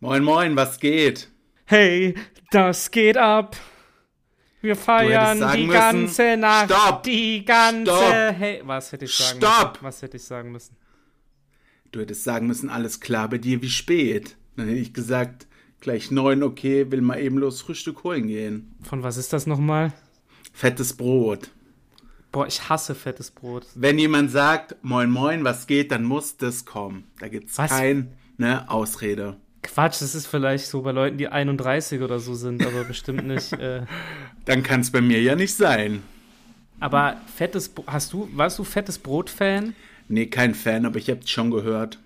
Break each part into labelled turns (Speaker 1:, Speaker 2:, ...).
Speaker 1: Moin, moin, was geht?
Speaker 2: Hey, das geht ab. Wir feiern
Speaker 1: sagen
Speaker 2: die
Speaker 1: müssen,
Speaker 2: ganze Nacht.
Speaker 1: stopp,
Speaker 2: Die ganze.
Speaker 1: stopp,
Speaker 2: hey, was hätte ich sagen
Speaker 1: stopp.
Speaker 2: müssen? Was hätte ich sagen müssen?
Speaker 1: Du hättest sagen müssen, alles klar bei dir, wie spät? Dann hätte ich gesagt, gleich neun, okay, will mal eben los Frühstück holen gehen.
Speaker 2: Von was ist das nochmal?
Speaker 1: Fettes Brot.
Speaker 2: Boah, ich hasse fettes Brot.
Speaker 1: Wenn jemand sagt, moin, moin, was geht, dann muss das kommen. Da gibt's
Speaker 2: Was?
Speaker 1: kein, ne, Ausrede.
Speaker 2: Quatsch, das ist vielleicht so bei Leuten, die 31 oder so sind, aber bestimmt nicht. Äh.
Speaker 1: Dann kann's bei mir ja nicht sein.
Speaker 2: Aber fettes Brot. Hast du, warst du fettes Brot-Fan?
Speaker 1: Nee, kein Fan, aber ich hab's schon gehört.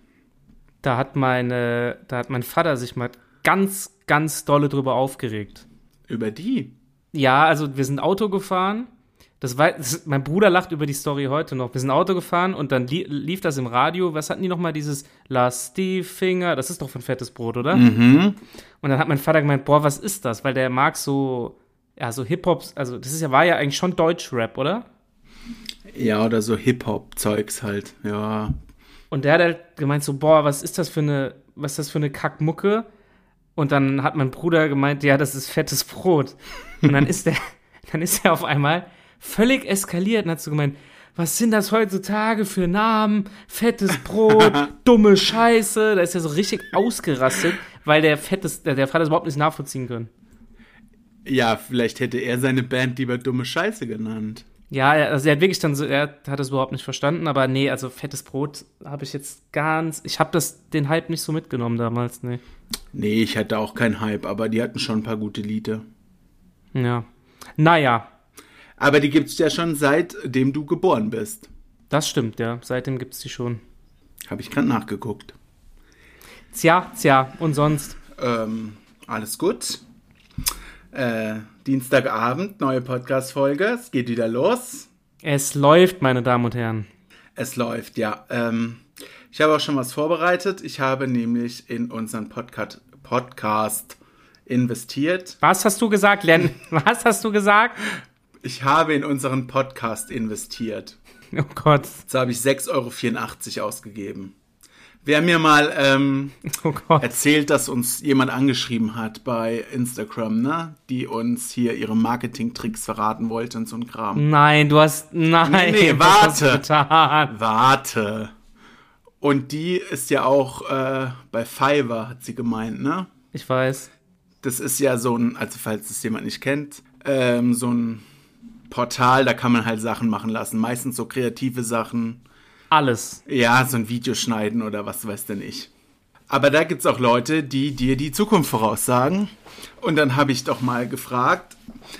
Speaker 2: Da hat meine, da hat mein Vater sich mal ganz, ganz dolle drüber aufgeregt.
Speaker 1: Über die.
Speaker 2: Ja, also wir sind Auto gefahren. Das war, das, mein Bruder lacht über die Story heute noch. Wir sind Auto gefahren und dann li lief das im Radio. Was hatten die nochmal? Dieses Lass die Finger. Das ist doch von fettes Brot, oder?
Speaker 1: Mhm.
Speaker 2: Und dann hat mein Vater gemeint, boah, was ist das? Weil der mag so, ja, so Hip-Hop. Also das ist ja, war ja eigentlich schon Deutschrap, oder?
Speaker 1: Ja, oder so Hip-Hop-Zeugs halt. Ja.
Speaker 2: Und der hat halt gemeint so, boah, was ist das für eine, was ist das für eine Kackmucke? Und dann hat mein Bruder gemeint, ja, das ist fettes Brot. Und dann ist der, dann ist er auf einmal völlig eskaliert und hat so gemeint, was sind das heutzutage für Namen? Fettes Brot, dumme Scheiße. Da ist er so richtig ausgerastet, weil der fettes, der, der Vater das überhaupt nicht nachvollziehen können.
Speaker 1: Ja, vielleicht hätte er seine Band lieber dumme Scheiße genannt.
Speaker 2: Ja, er- also er hat wirklich dann so, er hat das überhaupt nicht verstanden, aber nee, also fettes Brot habe ich jetzt ganz, ich habe das, den Hype nicht so mitgenommen damals, nee.
Speaker 1: Nee, ich hatte auch keinen Hype, aber die hatten schon ein paar gute Lieder.
Speaker 2: Ja. Naja,
Speaker 1: Aber die gibt's ja schon seitdem du geboren bist.
Speaker 2: das stimmt, ja. Seitdem gibt's die schon.
Speaker 1: Habe ich gerade nachgeguckt.
Speaker 2: Tja, tja, und sonst.
Speaker 1: Ähm, alles gut. Äh, Dienstagabend, neue Podcast-Folge. Es geht wieder los.
Speaker 2: Es läuft, meine Damen und Herren.
Speaker 1: Es läuft, ja. Ähm, ich habe auch schon was vorbereitet. Ich habe nämlich in unseren Podca- Podcast investiert.
Speaker 2: Was hast du gesagt, Len? Was hast du gesagt?
Speaker 1: Ich habe in unseren Podcast investiert.
Speaker 2: Oh Gott,
Speaker 1: So habe ich 6,84 Euro ausgegeben. Wer mir mal ähm,
Speaker 2: oh Gott.
Speaker 1: erzählt, dass uns jemand angeschrieben hat bei Instagram, ne? Die uns hier ihre Marketing-Tricks verraten wollte und so ein Kram.
Speaker 2: Nein, du hast. Nein,
Speaker 1: Nee, nee,
Speaker 2: was hast du
Speaker 1: warte.
Speaker 2: Getan.
Speaker 1: Warte. Und die ist ja auch äh, bei Fiverr, hat sie gemeint, ne?
Speaker 2: Ich weiß.
Speaker 1: Das ist ja so ein, also falls es jemand nicht kennt, ähm, so ein Portal, da kann man halt Sachen machen lassen. Meistens so kreative Sachen.
Speaker 2: Alles.
Speaker 1: Ja, so ein Video schneiden oder was weiß denn ich. Aber da gibt's auch Leute, die dir die Zukunft voraussagen. Und dann habe ich doch mal gefragt,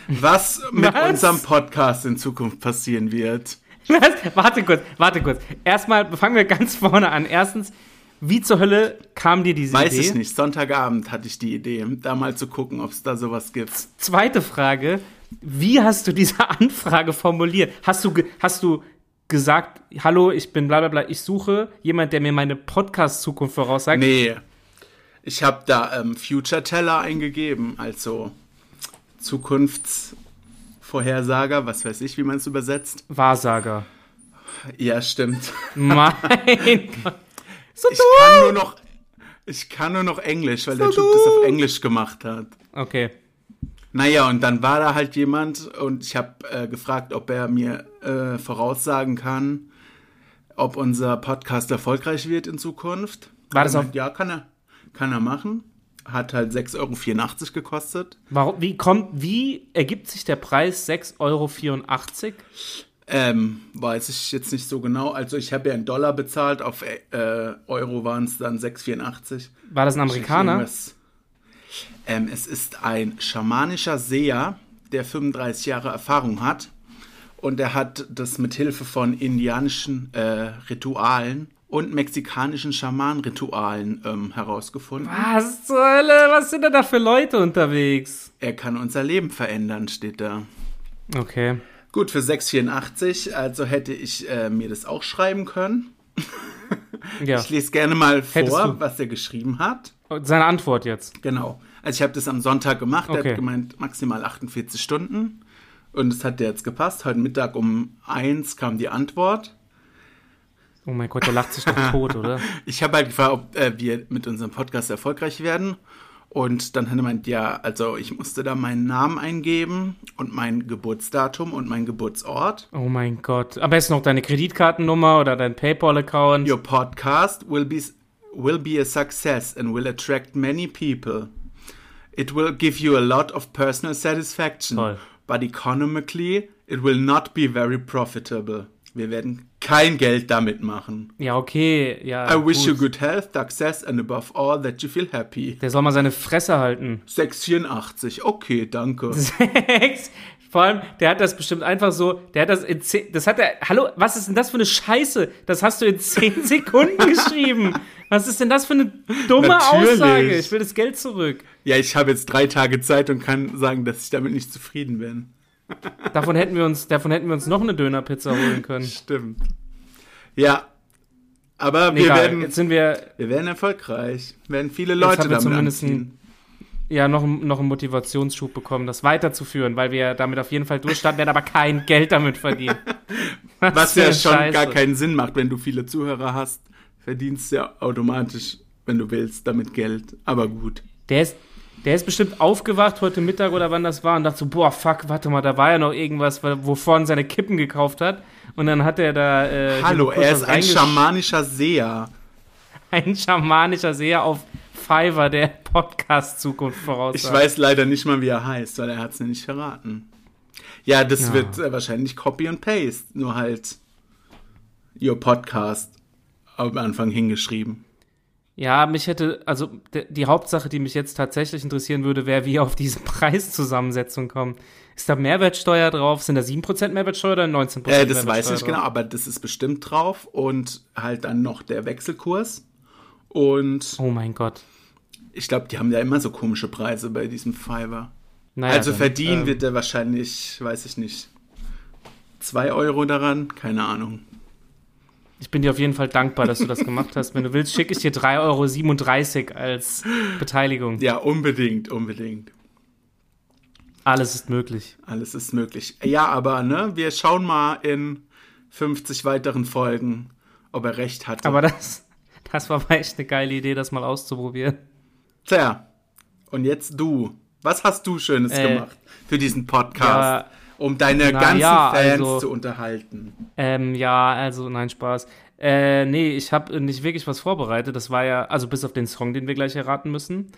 Speaker 1: was mit
Speaker 2: Was?
Speaker 1: unserem Podcast in Zukunft passieren wird.
Speaker 2: Was? Warte kurz, warte kurz. Erstmal fangen wir ganz vorne an. Erstens, wie zur Hölle kam dir diese
Speaker 1: Weiß
Speaker 2: Idee?
Speaker 1: ich nicht. Sonntagabend hatte ich die Idee, da mal zu gucken, ob's da sowas gibt.
Speaker 2: Zweite Frage: Wie hast du diese Anfrage formuliert? Hast du, ge- hast du gesagt, hallo, ich bin bla bla bla, ich suche jemand, der mir meine Podcast-Zukunft voraussagt?
Speaker 1: Nee, ich habe da ähm, Future Teller eingegeben, also Zukunftsvorhersager, was weiß ich, wie man es übersetzt.
Speaker 2: Wahrsager.
Speaker 1: Ja, stimmt.
Speaker 2: Mein Gott. So
Speaker 1: Ich kann nur noch, ich kann nur noch Englisch, weil der Typ das auf Englisch gemacht hat.
Speaker 2: Okay.
Speaker 1: Naja, und dann war da halt jemand und ich habe äh, gefragt, ob er mir äh, voraussagen kann, ob unser Podcast erfolgreich wird in Zukunft.
Speaker 2: War das
Speaker 1: Er
Speaker 2: auf-
Speaker 1: meint, Ja, kann er, kann er machen. Hat halt 6,84 Euro gekostet.
Speaker 2: Warum, wie kommt, wie ergibt sich der Preis 6,84 Euro?
Speaker 1: Ähm, weiß ich jetzt nicht so genau. Also ich habe ja in Dollar bezahlt, auf äh, Euro waren es dann 6,84.
Speaker 2: War das ein Amerikaner?
Speaker 1: Irgendwas. Ähm, es ist ein schamanischer Seher, der 35 Jahre Erfahrung hat. Und er hat das mit Hilfe von indianischen äh, Ritualen und mexikanischen Schamanritualen ähm, herausgefunden.
Speaker 2: Was zur Hölle? Was sind denn da für Leute unterwegs?
Speaker 1: Er kann unser Leben verändern, steht da.
Speaker 2: Okay.
Speaker 1: Gut, für 6,84, also hätte ich äh, mir das auch schreiben können.
Speaker 2: Ja.
Speaker 1: Ich lese gerne mal
Speaker 2: Hättest
Speaker 1: vor,
Speaker 2: du.
Speaker 1: was er geschrieben hat.
Speaker 2: Und Seine Antwort jetzt.
Speaker 1: Genau. Also ich habe das am Sonntag gemacht. Er
Speaker 2: Okay.
Speaker 1: hat gemeint, maximal 48 Stunden. Und das hat dir jetzt gepasst. Heute Mittag um 1 kam die Antwort.
Speaker 2: Oh mein Gott, der lacht sich doch tot, oder?
Speaker 1: Ich habe halt gefragt, ob äh, wir mit unserem Podcast erfolgreich werden. Und dann hat er meint, ja, also ich musste da meinen Namen eingeben und mein Geburtsdatum und mein Geburtsort.
Speaker 2: Oh mein Gott. Am besten noch deine Kreditkartennummer oder dein PayPal-Account.
Speaker 1: Your podcast will be will be a success and will attract many people. It will give you a lot of personal satisfaction,
Speaker 2: Toll.
Speaker 1: but economically it will not be very profitable. Wir werden kein Geld damit machen.
Speaker 2: Ja, okay. Ja,
Speaker 1: I wish you
Speaker 2: gut.
Speaker 1: good health, success and above all that you feel happy.
Speaker 2: Der soll mal seine Fresse halten.
Speaker 1: 684. Okay, danke.
Speaker 2: Sechs. Vor allem, der hat das bestimmt einfach so, der hat das in zehn, das hat er, hallo, was ist denn das für eine Scheiße? Das hast du in zehn Sekunden geschrieben. Was ist denn das für eine dumme
Speaker 1: Natürlich.
Speaker 2: Aussage? Ich will das Geld zurück.
Speaker 1: Ja, ich habe jetzt drei Tage Zeit und kann sagen, dass ich damit nicht zufrieden bin.
Speaker 2: Davon hätten wir uns, davon hätten wir uns noch eine Dönerpizza holen können.
Speaker 1: Stimmt. Ja, aber wir
Speaker 2: Egal,
Speaker 1: werden,
Speaker 2: jetzt sind wir,
Speaker 1: wir werden erfolgreich. Werden viele
Speaker 2: jetzt
Speaker 1: Leute
Speaker 2: haben wir
Speaker 1: damit
Speaker 2: zumindest
Speaker 1: anziehen.
Speaker 2: einen, ja, noch, einen- noch einen Motivationsschub bekommen, das weiterzuführen, weil wir damit auf jeden Fall durchstanden, werden aber kein Geld damit verdienen.
Speaker 1: Was
Speaker 2: für
Speaker 1: ja
Speaker 2: eine
Speaker 1: schon gar
Speaker 2: Scheiße.
Speaker 1: keinen Sinn macht, wenn du viele Zuhörer hast, verdienst du ja automatisch, wenn du willst, damit Geld. Aber gut.
Speaker 2: Der ist, der ist bestimmt aufgewacht heute Mittag oder wann das war und dachte so, boah, fuck, warte mal, da war ja noch irgendwas, wa- wovon seine Kippen gekauft hat. Und dann hat er da äh,
Speaker 1: Hallo,
Speaker 2: hier kurz
Speaker 1: er
Speaker 2: was
Speaker 1: ist ein
Speaker 2: reingesch-
Speaker 1: schamanischer Seher.
Speaker 2: ein schamanischer Seher auf Fiverr, der Podcast Zukunft
Speaker 1: Ich
Speaker 2: voraussagt.
Speaker 1: weiß leider nicht mal, wie er heißt, weil er hat es mir nicht verraten. Ja, das
Speaker 2: Ja.
Speaker 1: wird äh, wahrscheinlich Copy and Paste, nur halt Your Podcast am Anfang hingeschrieben.
Speaker 2: Ja, mich hätte, also d- die Hauptsache, die mich jetzt tatsächlich interessieren würde, wäre, wie wir auf diese Preiszusammensetzung kommen. Ist da Mehrwertsteuer drauf? Sind da 7% Mehrwertsteuer oder 19%
Speaker 1: Äh, das weiß ich
Speaker 2: Mehrwertsteuer
Speaker 1: nicht
Speaker 2: drauf?
Speaker 1: genau, aber das ist bestimmt drauf und halt dann noch der Wechselkurs. Und
Speaker 2: Oh mein Gott.
Speaker 1: ich glaube, die haben ja immer so komische Preise bei diesem Fiverr.
Speaker 2: Naja,
Speaker 1: also
Speaker 2: dann,
Speaker 1: verdienen
Speaker 2: ähm,
Speaker 1: wird er wahrscheinlich, weiß ich nicht, 2 Euro daran? Keine Ahnung.
Speaker 2: Ich bin dir auf jeden Fall dankbar, dass du das gemacht hast. Wenn du willst, schicke ich dir 3,37 Euro als Beteiligung.
Speaker 1: Ja, unbedingt, unbedingt.
Speaker 2: Alles ist möglich.
Speaker 1: Alles ist möglich. Ja, aber ne, wir schauen mal in 50 weiteren Folgen, ob er recht hatte.
Speaker 2: Aber das, das war echt eine geile Idee, das mal auszuprobieren.
Speaker 1: Tja, und jetzt du. Was hast du Schönes
Speaker 2: Äh,
Speaker 1: gemacht für diesen Podcast, um deine
Speaker 2: na
Speaker 1: ganzen
Speaker 2: ja,
Speaker 1: Fans
Speaker 2: also-
Speaker 1: zu unterhalten?
Speaker 2: Ähm, ja, also nein, Spaß. Äh, nee, ich habe nicht wirklich was vorbereitet. Das war ja, also bis auf den Song, den wir gleich erraten müssen,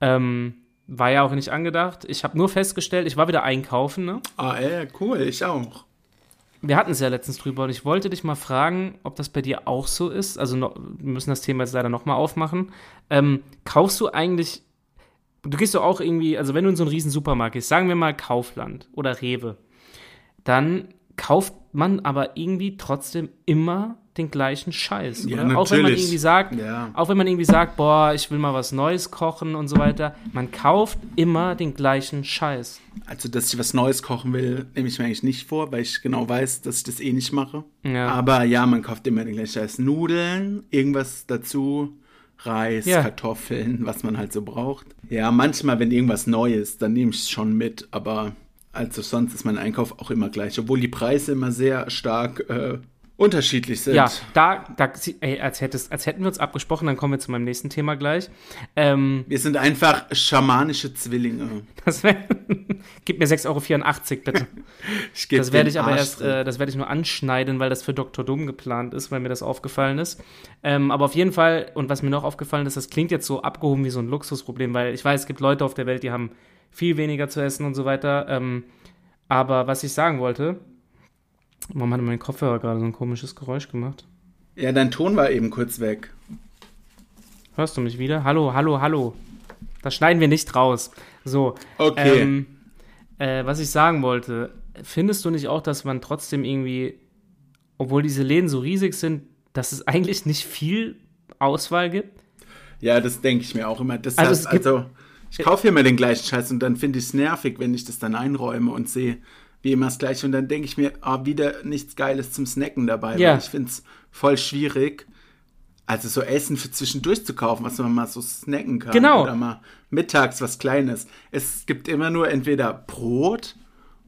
Speaker 2: ähm, war ja auch nicht angedacht. Ich habe nur festgestellt, ich war wieder einkaufen, ne?
Speaker 1: Ah, ey, cool, ich auch.
Speaker 2: Wir hatten es ja letztens drüber und ich wollte dich mal fragen, ob das bei dir auch so ist. Also no, wir müssen das Thema jetzt leider nochmal aufmachen. Ähm, kaufst du eigentlich, du gehst doch auch irgendwie, also wenn du in so einen riesen Supermarkt gehst, sagen wir mal Kaufland oder Rewe, dann kauft man aber irgendwie trotzdem immer den gleichen Scheiß.
Speaker 1: Ja,
Speaker 2: oder? Auch wenn man
Speaker 1: natürlich.
Speaker 2: irgendwie sagt,
Speaker 1: Ja.
Speaker 2: auch wenn man irgendwie sagt, boah, ich will mal was Neues kochen und so weiter, man kauft immer den gleichen Scheiß.
Speaker 1: Also, dass ich was Neues kochen will, nehme ich mir eigentlich nicht vor, weil ich genau weiß, dass ich das eh nicht mache.
Speaker 2: Ja.
Speaker 1: Aber ja, man kauft immer den gleichen Scheiß. Nudeln, irgendwas dazu, Reis,
Speaker 2: Ja.
Speaker 1: Kartoffeln, was man halt so braucht. Ja, manchmal, wenn irgendwas Neues, dann nehme ich es schon mit, aber also sonst ist mein Einkauf auch immer gleich, obwohl die Preise immer sehr stark äh, unterschiedlich sind.
Speaker 2: Ja, da, da ey, als, hättest, als hätten wir uns abgesprochen, dann kommen wir zu meinem nächsten Thema gleich. Ähm,
Speaker 1: Wir sind einfach schamanische Zwillinge.
Speaker 2: das wär, gib mir 6,84 Euro bitte.
Speaker 1: Ich geb
Speaker 2: Das werde
Speaker 1: den
Speaker 2: ich aber
Speaker 1: Arsch
Speaker 2: erst,
Speaker 1: drin.
Speaker 2: äh, das werde ich nur anschneiden, weil das für Dr. Dumm geplant ist, weil mir das aufgefallen ist. Ähm, aber auf jeden Fall, und was mir noch aufgefallen ist, das klingt jetzt so abgehoben wie so ein Luxusproblem, weil ich weiß, es gibt Leute auf der Welt, die haben viel weniger zu essen und so weiter. Ähm, aber was ich sagen wollte, warum hat mein Kopfhörer gerade so ein komisches Geräusch gemacht?
Speaker 1: ja, dein Ton war eben kurz weg.
Speaker 2: Hörst du mich wieder? Hallo, hallo, hallo. Das schneiden wir nicht raus. So.
Speaker 1: Okay.
Speaker 2: Ähm, äh, was ich sagen wollte, findest du nicht auch, dass man trotzdem irgendwie, obwohl diese Läden so riesig sind, dass es eigentlich nicht viel Auswahl gibt?
Speaker 1: Ja, das denke ich mir auch immer. Das
Speaker 2: Also
Speaker 1: also,
Speaker 2: es gibt-
Speaker 1: also ich kaufe hier immer den gleichen Scheiß und dann finde ich es nervig, wenn ich das dann einräume und sehe, wie immer das gleiche. Und dann denke ich mir, ah, wieder nichts Geiles zum Snacken dabei.
Speaker 2: Ja.
Speaker 1: Weil ich finde es voll schwierig, also so Essen für zwischendurch zu kaufen, was man mal so snacken kann.
Speaker 2: Genau.
Speaker 1: Oder mal mittags was Kleines. Es gibt immer nur entweder Brot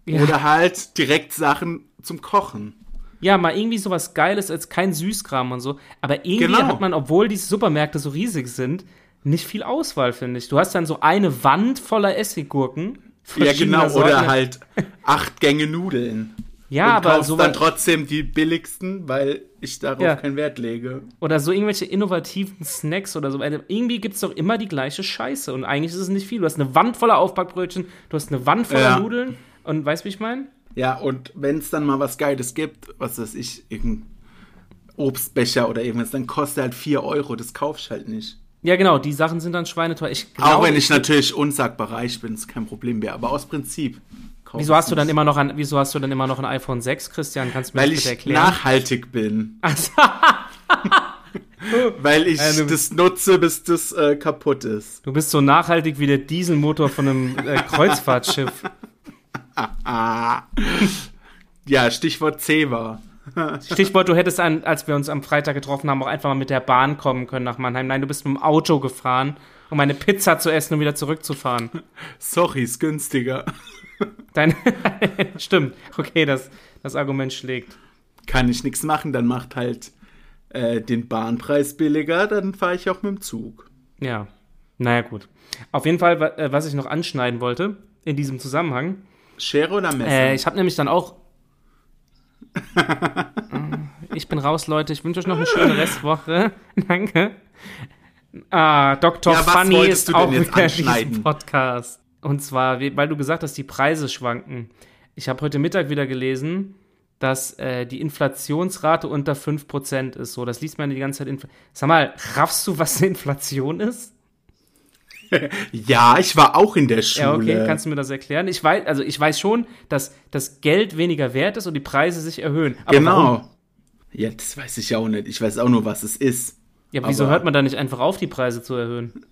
Speaker 2: Ja.
Speaker 1: oder halt direkt Sachen zum Kochen.
Speaker 2: Ja, mal irgendwie sowas Geiles als kein Süßkram und so. Aber irgendwie
Speaker 1: Genau.
Speaker 2: hat man, obwohl die Supermärkte so riesig sind, nicht viel Auswahl, finde ich. Du hast dann so eine Wand voller Essiggurken.
Speaker 1: Ja, genau.
Speaker 2: verschiedener
Speaker 1: Oder
Speaker 2: Sorten.
Speaker 1: halt acht Gänge Nudeln.
Speaker 2: Ja,
Speaker 1: und
Speaker 2: aber
Speaker 1: kaufst
Speaker 2: so,
Speaker 1: dann trotzdem die billigsten, weil ich darauf
Speaker 2: Ja.
Speaker 1: keinen Wert lege.
Speaker 2: oder so irgendwelche innovativen Snacks oder so. Also Irgendwie gibt es doch immer die gleiche Scheiße. Und eigentlich ist es nicht viel. Du hast eine Wand voller Aufbackbrötchen, du hast eine Wand voller
Speaker 1: Ja.
Speaker 2: Nudeln. Und weißt du, wie ich meine?
Speaker 1: Ja, und wenn es dann mal was Geiles gibt, was weiß ich, irgendein Obstbecher oder irgendwas, dann kostet halt 4 Euro. Das kaufst ich halt nicht.
Speaker 2: Ja, genau, die Sachen sind dann schweineteuer. Genau, Ich
Speaker 1: Auch
Speaker 2: glaub,
Speaker 1: wenn ich natürlich unsagbar reich bin, ist kein Problem mehr. Aber aus Prinzip. kauf
Speaker 2: Wieso
Speaker 1: ich's
Speaker 2: hast du dann
Speaker 1: nicht.
Speaker 2: immer noch ein, wieso hast du dann immer noch ein iPhone 6, Christian? Kannst du mir
Speaker 1: Weil
Speaker 2: das bitte
Speaker 1: ich
Speaker 2: erklären?
Speaker 1: nachhaltig bin.
Speaker 2: Ach so.
Speaker 1: Weil ich
Speaker 2: Ja, du-
Speaker 1: das nutze, bis das äh, kaputt ist.
Speaker 2: Du bist so nachhaltig wie der Dieselmotor von einem äh, Kreuzfahrtschiff.
Speaker 1: Ah. ja, Stichwort Zewa.
Speaker 2: Stichwort, du hättest, an, als wir uns am Freitag getroffen haben, auch einfach mal mit der Bahn kommen können nach Mannheim. Nein, du bist mit dem Auto gefahren, um eine Pizza zu essen und wieder zurückzufahren.
Speaker 1: Sorry, ist günstiger.
Speaker 2: Dein Stimmt. Okay, das, das Argument schlägt.
Speaker 1: Kann ich nichts machen, dann macht halt äh, den Bahnpreis billiger, dann fahre ich auch mit dem Zug.
Speaker 2: Ja. Naja, gut. Auf jeden Fall, wa- äh, was ich noch anschneiden wollte in diesem Zusammenhang,
Speaker 1: Schere oder Messer?
Speaker 2: Äh, ich habe nämlich dann auch. ich bin raus, Leute. Ich wünsche euch noch eine schöne Restwoche. Danke. Ah, Dr.
Speaker 1: Ja, was
Speaker 2: Funny
Speaker 1: wolltest
Speaker 2: ist
Speaker 1: du denn
Speaker 2: auch
Speaker 1: jetzt
Speaker 2: wieder in diesem
Speaker 1: anschneiden?
Speaker 2: Podcast. Und zwar, wie- weil du gesagt hast, die Preise schwanken. Ich habe heute Mittag wieder gelesen, dass äh, die Inflationsrate unter 5% ist. So, das liest man die ganze Zeit. Infl- Sag mal, raffst du, was eine Inflation ist?
Speaker 1: ja, ich war auch in der Schule.
Speaker 2: Ja, okay, kannst du mir das erklären? Ich weiß, also ich weiß schon, dass das Geld weniger wert ist und die Preise sich erhöhen. Aber
Speaker 1: genau.
Speaker 2: Warum?
Speaker 1: Ja, das weiß ich auch nicht. Ich weiß auch nur, was es ist.
Speaker 2: Ja, wieso
Speaker 1: Aber-
Speaker 2: hört man da nicht einfach auf, die Preise zu erhöhen?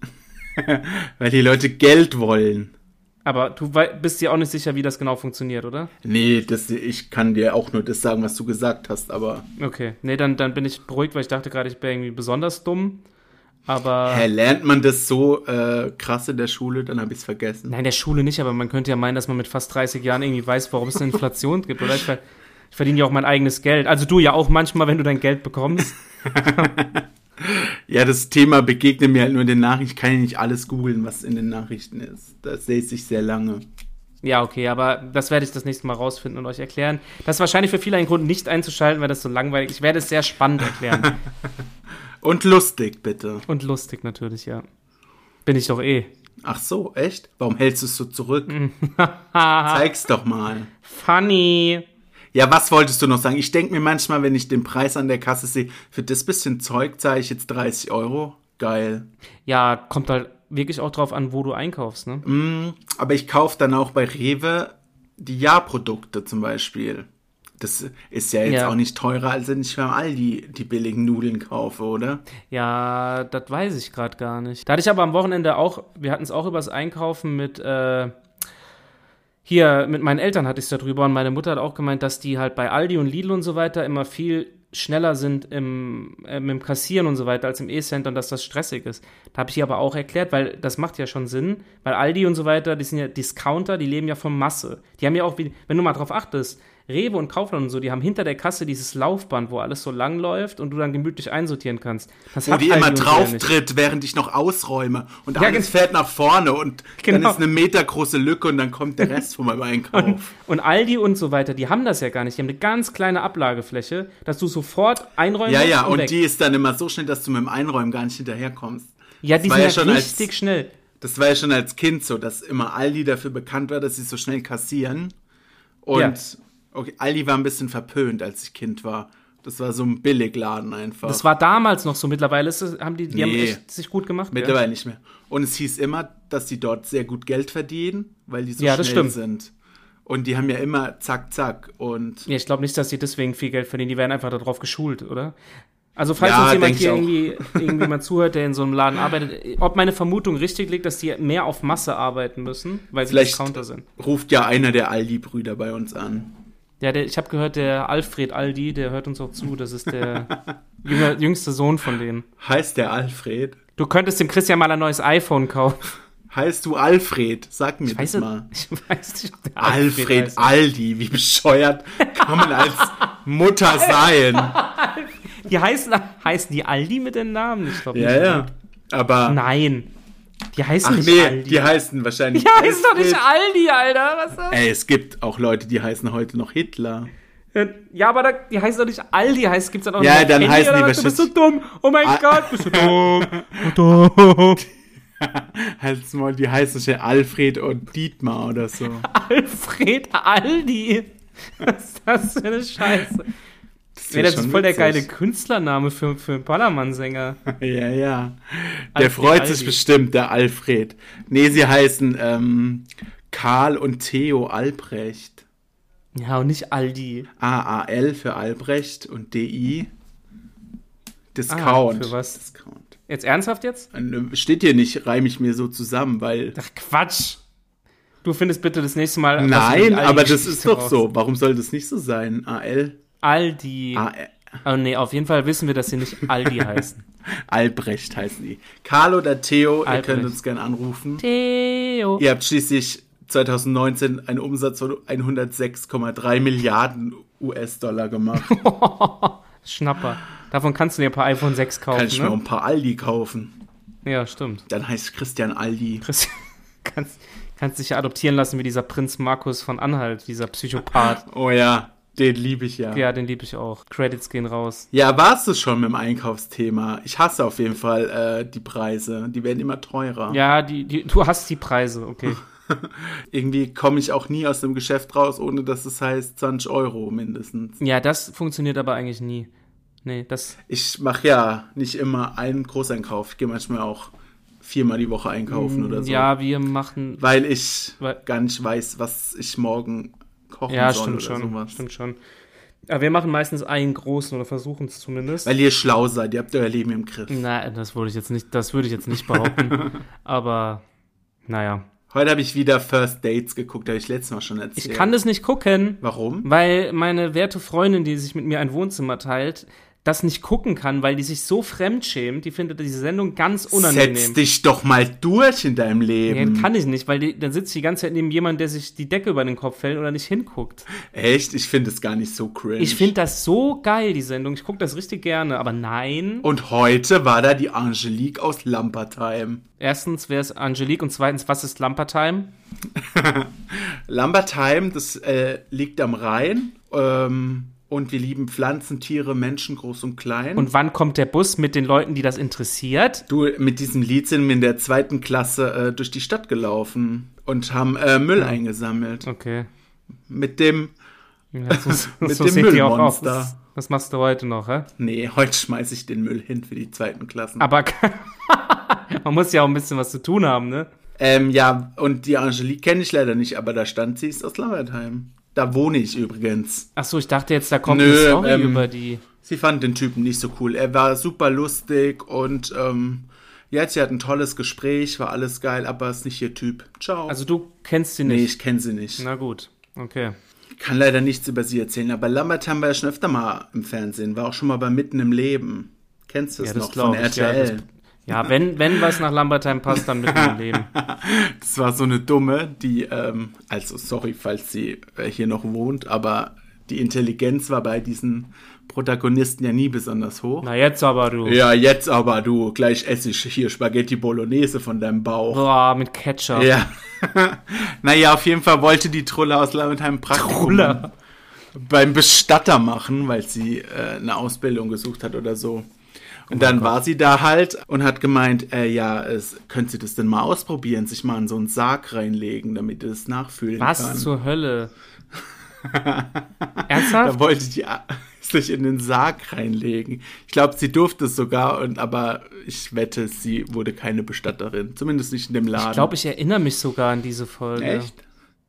Speaker 1: Weil die Leute Geld wollen.
Speaker 2: Aber du wei- bist dir auch nicht sicher, wie das genau funktioniert, oder?
Speaker 1: Nee, das, ich kann dir auch nur das sagen, was du gesagt hast, aber.
Speaker 2: Okay. Nee, dann, dann bin ich beruhigt, weil ich dachte gerade, ich wäre irgendwie besonders dumm. Aber.
Speaker 1: Hä, lernt man das so äh, krass in der Schule, dann habe ich es vergessen.
Speaker 2: Nein, der Schule nicht, aber man könnte ja meinen, dass man mit fast 30 Jahren irgendwie weiß, warum es eine Inflation gibt, oder? Ich, ver ich verdiene ja auch mein eigenes Geld. Also du ja auch manchmal, wenn du dein Geld bekommst.
Speaker 1: Ja, das Thema begegnet mir halt nur in den Nachrichten. Ich kann ja nicht alles googeln, was in den Nachrichten ist. Das sehe ich sehr lange.
Speaker 2: Ja, okay, aber das werde ich das nächste Mal rausfinden und euch erklären. Das ist wahrscheinlich für viele ein Grund, nicht einzuschalten, weil das so langweilig ist. Ich werde es sehr spannend erklären.
Speaker 1: Und lustig, bitte.
Speaker 2: und lustig natürlich, ja. Bin ich doch eh.
Speaker 1: Ach so, echt? Warum hältst du es so zurück?
Speaker 2: Mhm.
Speaker 1: Zeig's doch mal.
Speaker 2: Funny.
Speaker 1: Ja, was wolltest du noch sagen? Ich denke mir manchmal, wenn ich den Preis an der Kasse sehe, für das bisschen Zeug zahle ich jetzt 30 Euro. Geil.
Speaker 2: Ja, kommt halt wirklich auch drauf an, wo du einkaufst, ne?
Speaker 1: Aber ich kaufe dann auch bei Rewe die Ja-Produkte zum Beispiel. Das ist ja jetzt
Speaker 2: Ja.
Speaker 1: auch nicht teurer, als wenn ich beim Aldi die billigen Nudeln kaufe, oder?
Speaker 2: Ja, das weiß ich gerade gar nicht. Da hatte ich aber am Wochenende auch, wir hatten es auch übers Einkaufen mit, äh, hier, mit meinen Eltern hatte ich es darüber und meine Mutter hat auch gemeint, dass die halt bei Aldi und Lidl und so weiter immer viel schneller sind im, äh, mit dem Kassieren und so weiter als im E-Center und dass das stressig ist. Da habe ich ihr aber auch erklärt, weil das macht ja schon Sinn, weil Aldi und so weiter, die sind ja Discounter, die leben ja von Masse. Die haben ja auch, wie- wenn du mal drauf achtest, Rewe und Kaufland und so, die haben hinter der Kasse dieses Laufband, wo alles so lang läuft und du dann gemütlich einsortieren kannst. Das
Speaker 1: Wo
Speaker 2: hat
Speaker 1: die
Speaker 2: Aldi
Speaker 1: immer
Speaker 2: und so ja
Speaker 1: drauf
Speaker 2: nicht.
Speaker 1: tritt, während ich noch ausräume. Und
Speaker 2: Ja,
Speaker 1: alles
Speaker 2: gen-
Speaker 1: fährt nach vorne und
Speaker 2: Genau.
Speaker 1: dann ist eine metergroße Lücke und dann kommt der Rest von meinem
Speaker 2: Und,
Speaker 1: Einkauf.
Speaker 2: und Aldi und so weiter, die haben das ja gar nicht. Die haben eine ganz kleine Ablagefläche, dass du sofort einräumen
Speaker 1: Ja,
Speaker 2: musst
Speaker 1: ja, und
Speaker 2: weg.
Speaker 1: die ist dann immer so schnell, dass du mit dem Einräumen gar nicht hinterherkommst.
Speaker 2: ja, die
Speaker 1: war
Speaker 2: sind ja
Speaker 1: ja schon als-
Speaker 2: richtig schnell.
Speaker 1: Das war ja schon als Kind so, dass immer Aldi dafür bekannt war, dass sie so schnell kassieren. Und
Speaker 2: Ja.
Speaker 1: okay, Aldi war ein bisschen verpönt, als ich Kind war. Das war so ein Billigladen einfach.
Speaker 2: Das war damals noch so. Mittlerweile ist es, haben die, die haben
Speaker 1: Nee.
Speaker 2: echt sich gut gemacht.
Speaker 1: Mittlerweile nicht mehr. Und es hieß immer, dass die dort sehr gut Geld verdienen, weil die so
Speaker 2: Ja,
Speaker 1: schnell
Speaker 2: das stimmt.
Speaker 1: sind. Und die haben ja immer zack, zack. Und
Speaker 2: Ja, ich glaube nicht, dass die deswegen viel Geld verdienen. Die werden einfach darauf geschult, oder? Also falls
Speaker 1: Ja,
Speaker 2: uns jemand
Speaker 1: denk ich
Speaker 2: hier
Speaker 1: auch.
Speaker 2: irgendwie, irgendwie mal zuhört, der in so einem Laden arbeitet, ob meine Vermutung richtig liegt, dass die mehr auf Masse arbeiten müssen, weil sie
Speaker 1: Vielleicht-
Speaker 2: Discounter sind.
Speaker 1: ruft ja einer der Aldi-Brüder bei uns an.
Speaker 2: Ja, der, ich habe gehört, der Alfred Aldi, der hört uns auch zu. Das ist der jünger, jüngste Sohn von denen.
Speaker 1: Heißt der Alfred?
Speaker 2: Du könntest dem Christian mal ein neues iPhone kaufen.
Speaker 1: Heißt du Alfred? Sag mir
Speaker 2: Weißt
Speaker 1: das mal.
Speaker 2: du, ich weiß nicht, ob der
Speaker 1: Alfred
Speaker 2: heißt.
Speaker 1: Aldi, wie bescheuert kann man als Mutter sein.
Speaker 2: Die heißen, heißen die Aldi mit den Namen? Ich glaube
Speaker 1: ja,
Speaker 2: nicht.
Speaker 1: ja. Aber.
Speaker 2: Nein. Die heißen
Speaker 1: Ach
Speaker 2: nicht
Speaker 1: nee,
Speaker 2: Aldi.
Speaker 1: die heißen wahrscheinlich.
Speaker 2: die heißen doch nicht
Speaker 1: Aldi.
Speaker 2: Aldi, Alter. Was ist das?
Speaker 1: Ey, es gibt auch Leute, die heißen heute noch Hitler.
Speaker 2: Ja, aber da, die heißen doch nicht Aldi, heißt gibt's dann auch
Speaker 1: Ja,
Speaker 2: noch
Speaker 1: dann
Speaker 2: Penny
Speaker 1: heißen
Speaker 2: oder
Speaker 1: die
Speaker 2: was? Du bist so
Speaker 1: bestimmt-
Speaker 2: dumm. Oh mein
Speaker 1: Ah.
Speaker 2: Gott, bist du dumm.
Speaker 1: Halt's mal, die heißen schon Alfred und Dietmar oder so.
Speaker 2: Alfred Aldi. Was ist das für eine Scheiße?
Speaker 1: Das,
Speaker 2: Ja, das ist
Speaker 1: schon
Speaker 2: voll der
Speaker 1: witzig.
Speaker 2: geile Künstlername für, für einen Ballermann-Sänger.
Speaker 1: Ja, ja. Der
Speaker 2: Alfred
Speaker 1: freut sich
Speaker 2: Aldi.
Speaker 1: bestimmt, der Alfred. Nee, sie heißen ähm, Karl und Theo Albrecht.
Speaker 2: Ja, und nicht Aldi.
Speaker 1: AAL für Albrecht und DI.
Speaker 2: Ah,
Speaker 1: Discount.
Speaker 2: für was?
Speaker 1: Discount.
Speaker 2: Jetzt ernsthaft jetzt?
Speaker 1: Und, äh, Steht hier nicht, reime ich mir so zusammen, weil.
Speaker 2: Ach, Quatsch. Du findest bitte das nächste Mal. was du mit
Speaker 1: Nein,
Speaker 2: Aldi
Speaker 1: aber das
Speaker 2: Geschichte
Speaker 1: ist doch
Speaker 2: brauchst.
Speaker 1: so. Warum soll das nicht so sein? AL?
Speaker 2: Aldi.
Speaker 1: AL.
Speaker 2: Oh nee, auf jeden Fall wissen wir, dass sie nicht Aldi heißen.
Speaker 1: Albrecht heißen die. Karl oder Theo, ihr
Speaker 2: Albrecht.
Speaker 1: könnt uns gerne anrufen.
Speaker 2: Theo.
Speaker 1: Ihr habt schließlich 2019 einen Umsatz von 106,3 Milliarden US-Dollar gemacht.
Speaker 2: Schnapper. Davon kannst du dir ein paar iPhone 6 kaufen.
Speaker 1: Kann ich mir auch
Speaker 2: ne?
Speaker 1: ein paar Aldi kaufen.
Speaker 2: Ja, stimmt.
Speaker 1: Dann heißt Christian Aldi.
Speaker 2: Chris, kannst, kannst dich ja adoptieren lassen wie dieser Prinz Markus von Anhalt, dieser Psychopath.
Speaker 1: Oh ja, den liebe ich ja. ja.
Speaker 2: Ja, den liebe ich auch. Credits gehen raus.
Speaker 1: warst du schon mit dem Einkaufsthema? Ich hasse auf jeden Fall äh, die Preise. Die werden immer teurer.
Speaker 2: Ja, die, die, du hast die Preise, okay.
Speaker 1: Irgendwie komme ich auch nie aus dem Geschäft raus, ohne dass es heißt 20 Euro mindestens.
Speaker 2: Ja, das funktioniert aber eigentlich nie. Nee, das.
Speaker 1: Ich mache ja nicht immer einen Großeinkauf. Ich gehe manchmal auch viermal die Woche einkaufen oder so.
Speaker 2: Mm, Ja, wir machen.
Speaker 1: Weil ich
Speaker 2: Weil-
Speaker 1: gar nicht weiß, was ich morgen kochen
Speaker 2: Ja,
Speaker 1: soll
Speaker 2: stimmt
Speaker 1: oder
Speaker 2: schon.
Speaker 1: sowas.
Speaker 2: Stimmt schon. Aber wir machen meistens einen großen oder versuchen es zumindest.
Speaker 1: Weil ihr schlau seid, ihr habt euer Leben im Griff.
Speaker 2: Na, das würde ich jetzt nicht, das würde ich jetzt nicht behaupten. aber naja.
Speaker 1: Heute habe ich wieder First Dates geguckt, habe ich letztes Mal schon
Speaker 2: Ich
Speaker 1: erzählt.
Speaker 2: kann das nicht gucken,
Speaker 1: Warum?
Speaker 2: weil meine werte Freundin, die sich mit mir ein Wohnzimmer teilt, das nicht gucken kann, weil die sich so fremd schämt, die findet diese Sendung ganz
Speaker 1: Setz
Speaker 2: unangenehm.
Speaker 1: dich doch mal durch in deinem
Speaker 2: Ja,
Speaker 1: Leben.
Speaker 2: kann ich nicht, weil die, dann sitzt die ganze Zeit neben jemandem, der sich die Decke über den Kopf fällt oder nicht hinguckt.
Speaker 1: Echt? Ich finde es gar nicht so cringe.
Speaker 2: Ich finde das so geil, die Sendung. Ich gucke das richtig gerne, aber nein.
Speaker 1: Und heute war da die Angelique aus Lampertheim.
Speaker 2: Erstens wäre es Angelique und zweitens, was ist Lampertime?
Speaker 1: Lambertheim, das äh, liegt am Rhein. Ähm, und wir lieben Pflanzen, Tiere, Menschen, groß und klein.
Speaker 2: Und wann kommt der Bus mit den Leuten, die das interessiert?
Speaker 1: Du, mit diesem Lied sind wir in der zweiten Klasse äh, durch die Stadt gelaufen und haben äh, Müll eingesammelt.
Speaker 2: Okay.
Speaker 1: Mit dem,
Speaker 2: Ja, so, so
Speaker 1: Mit
Speaker 2: so
Speaker 1: dem
Speaker 2: seht ihr auch aus.
Speaker 1: Müllmonster.
Speaker 2: Das, das machst du heute noch, hä?
Speaker 1: nee, heute schmeiß ich den Müll hin für die zweiten Klassen.
Speaker 2: Aber man muss ja auch ein bisschen was zu tun haben, ne?
Speaker 1: Ähm, ja, und die Angelique kenne ich leider nicht, aber da stand sie, ist aus Lambertheim. Da wohne ich übrigens.
Speaker 2: Ach so, ich dachte jetzt, da kommt eine
Speaker 1: Nö,
Speaker 2: Story
Speaker 1: ähm,
Speaker 2: über die.
Speaker 1: Sie fand den Typen nicht so cool. Er war super lustig und ähm, ja, sie hat ein tolles Gespräch, war alles geil, aber ist nicht ihr Typ. Ciao.
Speaker 2: Also du kennst sie
Speaker 1: nee,
Speaker 2: nicht.
Speaker 1: ich kenne sie nicht.
Speaker 2: Na gut, okay.
Speaker 1: Kann leider nichts über sie erzählen, aber Lambert haben wir ja schon öfter mal im Fernsehen, war auch schon mal bei Mitten im Leben. Kennst du es
Speaker 2: Ja, das
Speaker 1: noch von
Speaker 2: glaube ich. Ja,
Speaker 1: RTL?
Speaker 2: das, ja wenn, wenn was nach Lambertheim passt, dann mitten im Leben.
Speaker 1: Das war so eine dumme, die, ähm, also sorry, falls sie äh, hier noch wohnt, aber die Intelligenz war bei diesen Protagonisten ja nie besonders hoch.
Speaker 2: Na jetzt aber du.
Speaker 1: Ja, jetzt aber du, gleich esse ich hier Spaghetti Bolognese von deinem Bauch.
Speaker 2: Boah, mit Ketchup.
Speaker 1: Ja. naja, auf jeden Fall wollte die Trulle aus Lammentheim Praktikum
Speaker 2: Trulle.
Speaker 1: beim Bestatter machen, weil sie äh, eine Ausbildung gesucht hat oder so.
Speaker 2: Oh
Speaker 1: Und dann war sie da halt und hat gemeint, äh, ja, es, können Sie das denn mal ausprobieren, sich mal in so einen Sarg reinlegen, damit ihr das nachfühlen
Speaker 2: Was
Speaker 1: kann.
Speaker 2: zur Hölle?
Speaker 1: Da
Speaker 2: Ernsthaft?
Speaker 1: wollte die A- sich in den Sarg reinlegen. Ich glaube, sie durfte es sogar, und aber ich wette, sie wurde keine Bestatterin. Zumindest nicht in dem Laden.
Speaker 2: Ich glaube, ich erinnere mich sogar an diese Folge.
Speaker 1: Echt?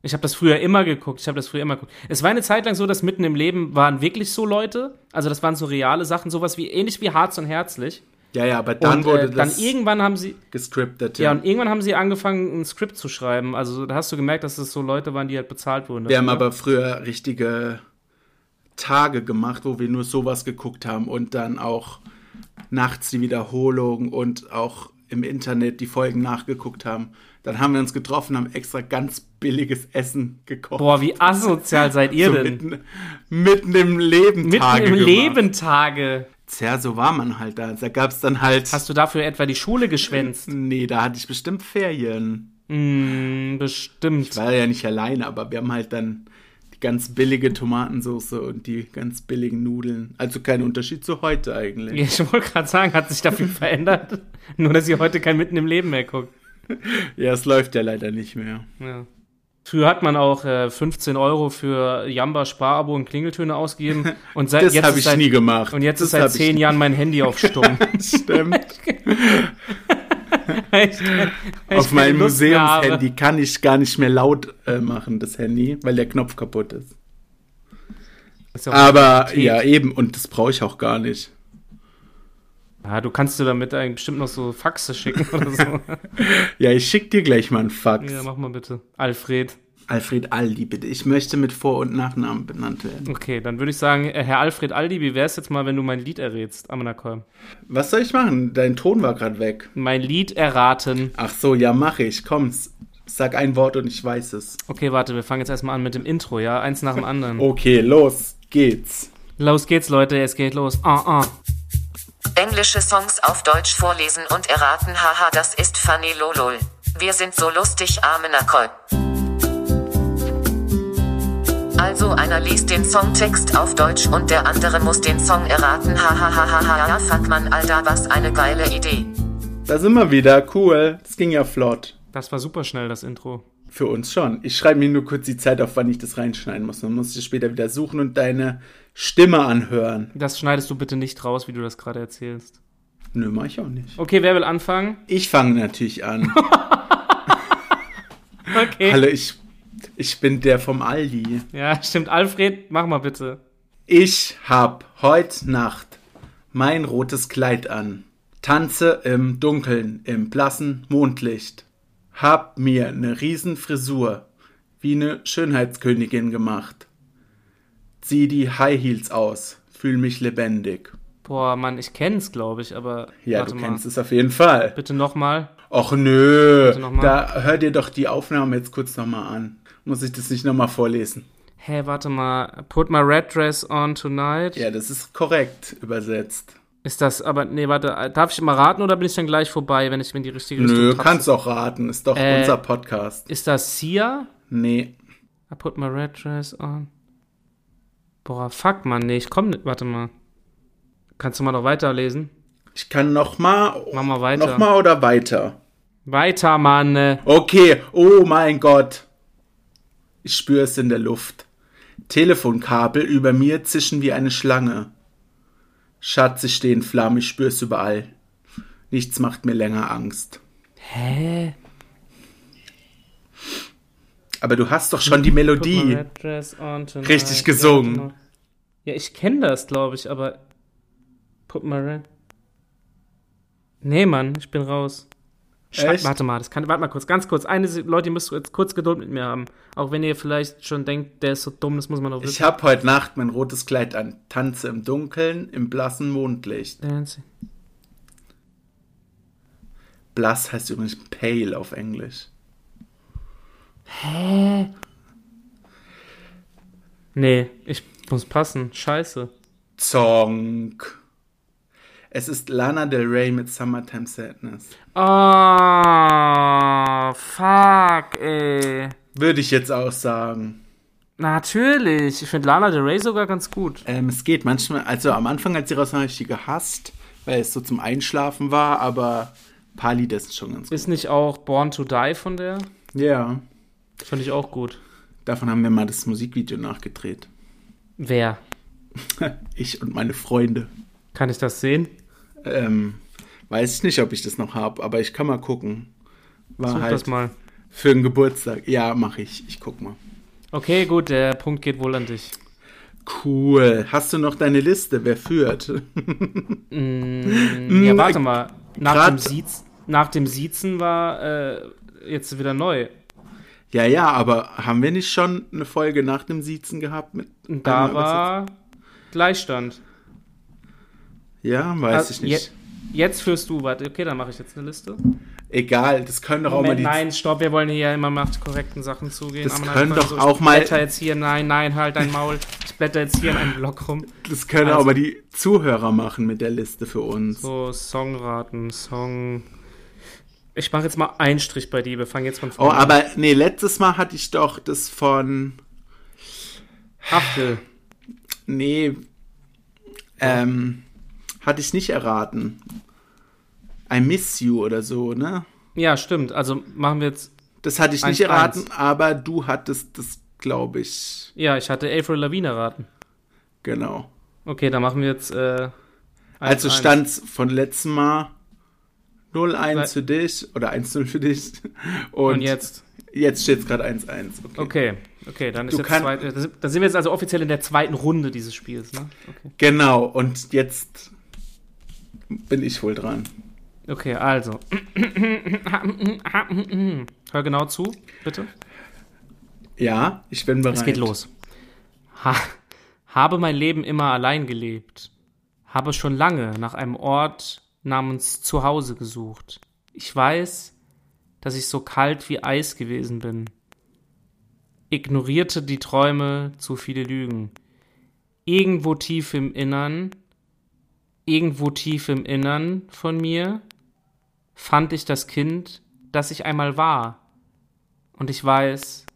Speaker 2: Ich habe das früher immer geguckt. Ich habe das früher immer geguckt. Es war eine Zeit lang so, dass mitten im Leben waren wirklich so Leute. Also das waren so reale Sachen, sowas wie ähnlich wie Harz und Herzlich.
Speaker 1: Ja, ja, aber dann
Speaker 2: und,
Speaker 1: wurde
Speaker 2: äh,
Speaker 1: das
Speaker 2: dann irgendwann haben sie
Speaker 1: gescriptet.
Speaker 2: ja. und irgendwann haben sie angefangen ein Skript zu schreiben. Also da hast du gemerkt, dass es so Leute waren, die halt bezahlt wurden.
Speaker 1: Wir haben
Speaker 2: dafür.
Speaker 1: aber früher richtige Tage gemacht, wo wir nur sowas geguckt haben und dann auch nachts die Wiederholung und auch im Internet die Folgen nachgeguckt haben. Dann haben wir uns getroffen, haben extra ganz billiges Essen gekocht.
Speaker 2: Boah, wie asozial seid ihr
Speaker 1: so
Speaker 2: denn?
Speaker 1: mitten, mitten im Leben
Speaker 2: Mitten
Speaker 1: Tage
Speaker 2: im
Speaker 1: gemacht.
Speaker 2: Leben Tage.
Speaker 1: Tja, so war man halt da. Da gab es dann halt.
Speaker 2: Hast du dafür etwa die Schule geschwänzt?
Speaker 1: nee, da hatte ich bestimmt Ferien.
Speaker 2: Hm,
Speaker 1: Ich
Speaker 2: bestimmt.
Speaker 1: war ja nicht alleine, aber wir haben halt dann die ganz billige Tomatensauce und die ganz billigen Nudeln. Also kein Unterschied zu heute eigentlich.
Speaker 2: Ich wollte gerade sagen, hat sich dafür verändert. Nur, dass ihr heute kein Mitten im Leben mehr guckt.
Speaker 1: Ja, es läuft ja leider nicht mehr.
Speaker 2: Ja. Früher hat man auch äh, 15 Euro für Jamba Sparabo und Klingeltöne ausgegeben. Und seit,
Speaker 1: Das
Speaker 2: jetzt
Speaker 1: habe
Speaker 2: ist
Speaker 1: ich
Speaker 2: seit,
Speaker 1: nie gemacht.
Speaker 2: Und jetzt
Speaker 1: das
Speaker 2: ist seit
Speaker 1: hab ich
Speaker 2: 10
Speaker 1: nie-
Speaker 2: Jahren mein Handy auf Stumm.
Speaker 1: Stimmt.
Speaker 2: Weil ich- weil ich
Speaker 1: Auf
Speaker 2: keine
Speaker 1: meinem
Speaker 2: Lust mehr habe.
Speaker 1: Museumshandy kann ich gar nicht mehr laut äh, machen, das Handy, weil der Knopf kaputt ist.
Speaker 2: Oh, Ist
Speaker 1: Ah.
Speaker 2: ja auch-
Speaker 1: Aber
Speaker 2: Bibliothek.
Speaker 1: ja, eben, und das brauche ich auch gar nicht.
Speaker 2: Ja, du kannst dir damit eigentlich bestimmt noch so Faxe schicken oder so.
Speaker 1: Ja, ich schick dir gleich mal einen Fax.
Speaker 2: ja, mach mal bitte. Alfred.
Speaker 1: Alfred Aldi, bitte. Ich möchte mit Vor- und Nachnamen benannt werden.
Speaker 2: Okay, dann würde ich sagen, äh, Herr Alfred Aldi, wie wär's jetzt mal, wenn du mein Lied errätst, Amanakolm?
Speaker 1: Was soll ich machen? Dein Ton war gerade weg.
Speaker 2: Mein Lied erraten.
Speaker 1: Ach so, ja, mache ich. Komm, s- sag ein Wort und ich weiß es.
Speaker 2: Okay, warte, wir fangen jetzt erstmal an mit dem Intro, ja? Eins nach dem anderen.
Speaker 1: Okay, los geht's.
Speaker 2: Los geht's, Leute, es geht los. Ah, ah.
Speaker 3: Englische Songs auf Deutsch vorlesen und erraten. Haha, das ist funny lolol. Wir sind so lustig, Amenakol. Also einer liest den Songtext auf Deutsch und der andere muss den Song erraten. Hahaha, ja, fuck man, Alter, was eine geile Idee.
Speaker 1: Da sind wir wieder. Cool. Das ging ja flott.
Speaker 2: Das war super schnell, das Intro.
Speaker 1: Für uns schon. Ich schreibe mir nur kurz die Zeit auf, wann ich das reinschneiden muss. Dann muss ich es später wieder suchen und deine Stimme anhören.
Speaker 2: Das schneidest du bitte nicht raus, wie du das gerade erzählst.
Speaker 1: Nö, mach ich auch nicht.
Speaker 2: Okay, wer will anfangen?
Speaker 1: Ich fange natürlich an.
Speaker 2: Okay.
Speaker 1: Hallo, ich, ich bin der vom Aldi.
Speaker 2: Ja, stimmt. Alfred, mach mal bitte.
Speaker 1: Ich hab heut Nacht mein rotes Kleid an, tanze im Dunkeln, im blassen Mondlicht, hab mir ne Riesenfrisur wie ne Schönheitskönigin gemacht, zieh die High Heels aus, fühl mich lebendig.
Speaker 2: Boah, Mann, ich kenn's, glaube ich, aber
Speaker 1: Ja,
Speaker 2: warte
Speaker 1: du
Speaker 2: mal.
Speaker 1: kennst es auf jeden Fall.
Speaker 2: Bitte nochmal.
Speaker 1: Och nö,
Speaker 2: noch mal?
Speaker 1: da hör dir doch die Aufnahme jetzt kurz nochmal an. Muss ich das nicht nochmal vorlesen?
Speaker 2: Hä, hey, warte mal. Put my red dress on tonight.
Speaker 1: Ja, das ist korrekt übersetzt.
Speaker 2: Ist das aber, nee, warte, darf ich immer raten oder bin ich dann gleich vorbei, wenn ich mir die richtige Richtung
Speaker 1: Nö,
Speaker 2: tapse?
Speaker 1: kannst auch raten, ist doch
Speaker 2: Äh,
Speaker 1: unser Podcast.
Speaker 2: Ist das Sia?
Speaker 1: Nee,
Speaker 2: I put my red dress on. Boah, fuck, Mann, nee, ich komm, nicht- warte mal. Kannst du mal noch weiterlesen?
Speaker 1: ich kann noch mal.
Speaker 2: Mach mal weiter.
Speaker 1: Noch mal oder weiter?
Speaker 2: Weiter, Mann. äh.
Speaker 1: Okay, oh mein Gott. Ich spüre es in der Luft. Telefonkabel über mir zischen wie eine Schlange. Schatz, ich steh in Flammen, ich spür's überall. Nichts macht mir länger Angst.
Speaker 2: Hä?
Speaker 1: Aber du hast doch schon die
Speaker 2: Put my
Speaker 1: Melodie.
Speaker 2: red dress on tonight.
Speaker 1: Richtig
Speaker 2: Ja,
Speaker 1: gesungen.
Speaker 2: warte mal. Ja, ich kenne das, glaube ich, aber. Put my red. Nee, Mann, ich bin raus. Scheiße,
Speaker 1: Echt?
Speaker 2: Warte mal, das kann, warte mal kurz, ganz kurz. Eine Se- Leute, ihr müsst jetzt kurz Geduld mit mir haben. Auch wenn ihr vielleicht schon denkt, der ist so dumm, das muss man doch wissen.
Speaker 1: Ich hab heute Nacht mein rotes Kleid an, tanze im Dunkeln, im blassen Mondlicht.
Speaker 2: Dancing.
Speaker 1: Blass heißt übrigens pale auf Englisch.
Speaker 2: Nee, ich muss passen. Scheiße.
Speaker 1: Zonk. Es ist Lana Del Rey mit Summertime Sadness.
Speaker 2: Oh, fuck, ey.
Speaker 1: Würde ich jetzt auch sagen.
Speaker 2: Natürlich. Ich finde Lana Del Rey sogar ganz gut.
Speaker 1: Ähm, es geht manchmal, also am Anfang, als sie rauskam, habe ich die gehasst, weil es so zum Einschlafen war, aber ein paar Lieder sind schon ganz gut.
Speaker 2: Ist nicht auch Born to Die von der?
Speaker 1: Ja,
Speaker 2: Finde ich auch gut.
Speaker 1: davon haben wir mal das Musikvideo nachgedreht.
Speaker 2: Wer?
Speaker 1: Ich und meine Freunde.
Speaker 2: Kann ich das sehen?
Speaker 1: Ähm, weiß ich nicht, ob ich das noch habe, aber ich kann mal gucken. War
Speaker 2: Such das
Speaker 1: halt
Speaker 2: mal.
Speaker 1: für den Geburtstag. Ja, mache ich. Ich guck mal.
Speaker 2: Okay, gut, der Punkt geht wohl an dich.
Speaker 1: Cool. Hast du noch deine Liste? Wer führt?
Speaker 2: Ja,
Speaker 1: Mm,
Speaker 2: warte mal. Nach
Speaker 1: grad-
Speaker 2: dem, Siez, nach dem Siezen war äh, jetzt wieder neu.
Speaker 1: Ja, ja, aber haben wir nicht schon eine Folge nach dem Siezen gehabt? Mit
Speaker 2: Und da
Speaker 1: Einmal übersetzt?
Speaker 2: war Gleichstand.
Speaker 1: Ja, weiß
Speaker 2: Also,
Speaker 1: ich nicht.
Speaker 2: je- Jetzt führst du, warte, okay, dann mache ich jetzt eine Liste.
Speaker 1: Egal, das können doch auch mal
Speaker 2: Moment,
Speaker 1: die.
Speaker 2: nein, stopp, wir wollen hier ja immer nach korrekten Sachen zugehen.
Speaker 1: Das
Speaker 2: Aber nein,
Speaker 1: können
Speaker 2: ich
Speaker 1: doch auch mal-
Speaker 2: Ich blätter jetzt hier, nein, nein, halt dein Maul. Ich blätter jetzt hier in einen Block rum.
Speaker 1: Das können
Speaker 2: Also-
Speaker 1: aber die Zuhörer machen mit der Liste für uns.
Speaker 2: So, Songraten, Song. Ich mache jetzt mal einen Strich bei dir, wir fangen jetzt von
Speaker 1: Oh,
Speaker 2: vorne an.
Speaker 1: aber nee, letztes Mal hatte ich doch das von.
Speaker 2: Haftel.
Speaker 1: Nee. Ähm, hatte ich nicht erraten. I miss you oder so, ne?
Speaker 2: Ja, stimmt, also machen wir jetzt,
Speaker 1: Das hatte ich nicht
Speaker 2: Eins,
Speaker 1: erraten,
Speaker 2: eins.
Speaker 1: aber du hattest das, glaube ich.
Speaker 2: ja, ich hatte Avril Lavigne erraten.
Speaker 1: Genau.
Speaker 2: Okay, dann machen wir jetzt, äh, eins,
Speaker 1: Also
Speaker 2: eins.
Speaker 1: stand's von letztem Mal 0-1
Speaker 2: Weil-
Speaker 1: für dich oder 1-0 für dich. Und,
Speaker 2: Und jetzt,
Speaker 1: jetzt steht's gerade 1-1. Okay.
Speaker 2: okay, okay, dann ist
Speaker 1: Du
Speaker 2: jetzt
Speaker 1: kann-
Speaker 2: zweit, dann sind wir jetzt also offiziell in der zweiten Runde dieses Spiels, ne? Okay.
Speaker 1: Genau, und jetzt bin ich wohl dran.
Speaker 2: Okay, also. Hör genau zu, bitte.
Speaker 1: Ja, ich bin bereit.
Speaker 2: Es geht los. Ha habe mein Leben immer allein gelebt. Habe schon lange nach einem Ort namens Zuhause gesucht. Ich weiß, dass ich so kalt wie Eis gewesen bin. Ignorierte die Träume, zu viele Lügen. Irgendwo tief im Innern, irgendwo tief im Innern von mir fand ich das Kind, das ich einmal war. Und ich weiß,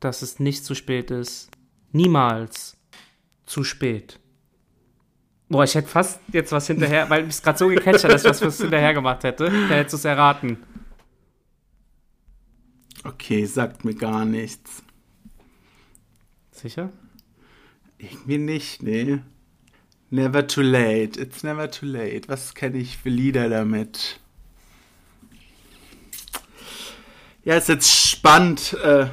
Speaker 2: dass es nicht zu spät ist. Niemals zu spät. Boah, ich hätte fast jetzt was hinterher, weil ich es gerade so gecatcht hat, dass ich was, was hinterher gemacht hätte. Da hättest du es erraten.
Speaker 1: Okay, sagt mir gar nichts.
Speaker 2: Sicher?
Speaker 1: Irgendwie nicht, nee. Never too late. It's never too late. Was kenne ich für Lieder damit? Ja, ist jetzt spannend. Äh,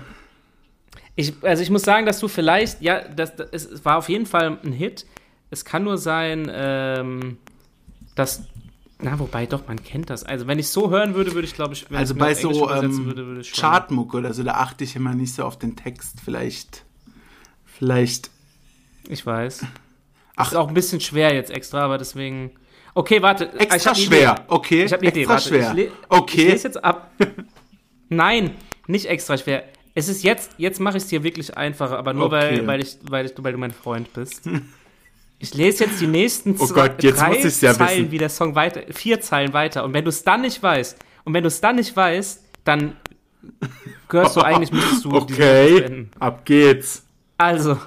Speaker 2: Ich, also ich muss sagen, dass du vielleicht, ja, das, das, es- es war auf jeden Fall ein Hit. Es kann nur sein, ähm, dass, na, wobei, doch, man kennt das. Also wenn ich so hören würde, würde ich, glaube ich, wenn
Speaker 1: also
Speaker 2: ich mir
Speaker 1: bei
Speaker 2: auf Englisch
Speaker 1: so
Speaker 2: übersetzen
Speaker 1: ähm,
Speaker 2: würde, würde ich schon-
Speaker 1: Chartmuck oder so, da achte ich immer nicht so auf den Text. Vielleicht, vielleicht,
Speaker 2: Ich weiß.
Speaker 1: Ach.
Speaker 2: Ach. Ist auch ein bisschen schwer jetzt extra, aber deswegen. Okay, warte. Ah, ich
Speaker 1: extra
Speaker 2: hab eine
Speaker 1: schwer.
Speaker 2: Idee.
Speaker 1: Okay,
Speaker 2: Ich habe eine
Speaker 1: extra
Speaker 2: Idee, warte.
Speaker 1: schwer.
Speaker 2: Ich le- Ich
Speaker 1: okay,
Speaker 2: lese jetzt ab. Nein, nicht extra schwer. Es ist jetzt, jetzt mache ich es dir wirklich einfacher, aber nur
Speaker 1: Okay.
Speaker 2: weil, weil, ich, weil, ich, weil du mein Freund bist. Ich lese jetzt die nächsten
Speaker 1: Oh
Speaker 2: zwei,
Speaker 1: Gott, jetzt
Speaker 2: drei
Speaker 1: muss ich's ja
Speaker 2: Zeilen,
Speaker 1: wissen.
Speaker 2: wie der Song weiter, vier Zeilen weiter. Und wenn du es dann nicht weißt, und wenn du es dann nicht weißt, dann gehörst du eigentlich, müsstest du diesen Test
Speaker 1: okay,
Speaker 2: beenden.
Speaker 1: ab geht's.
Speaker 2: Also,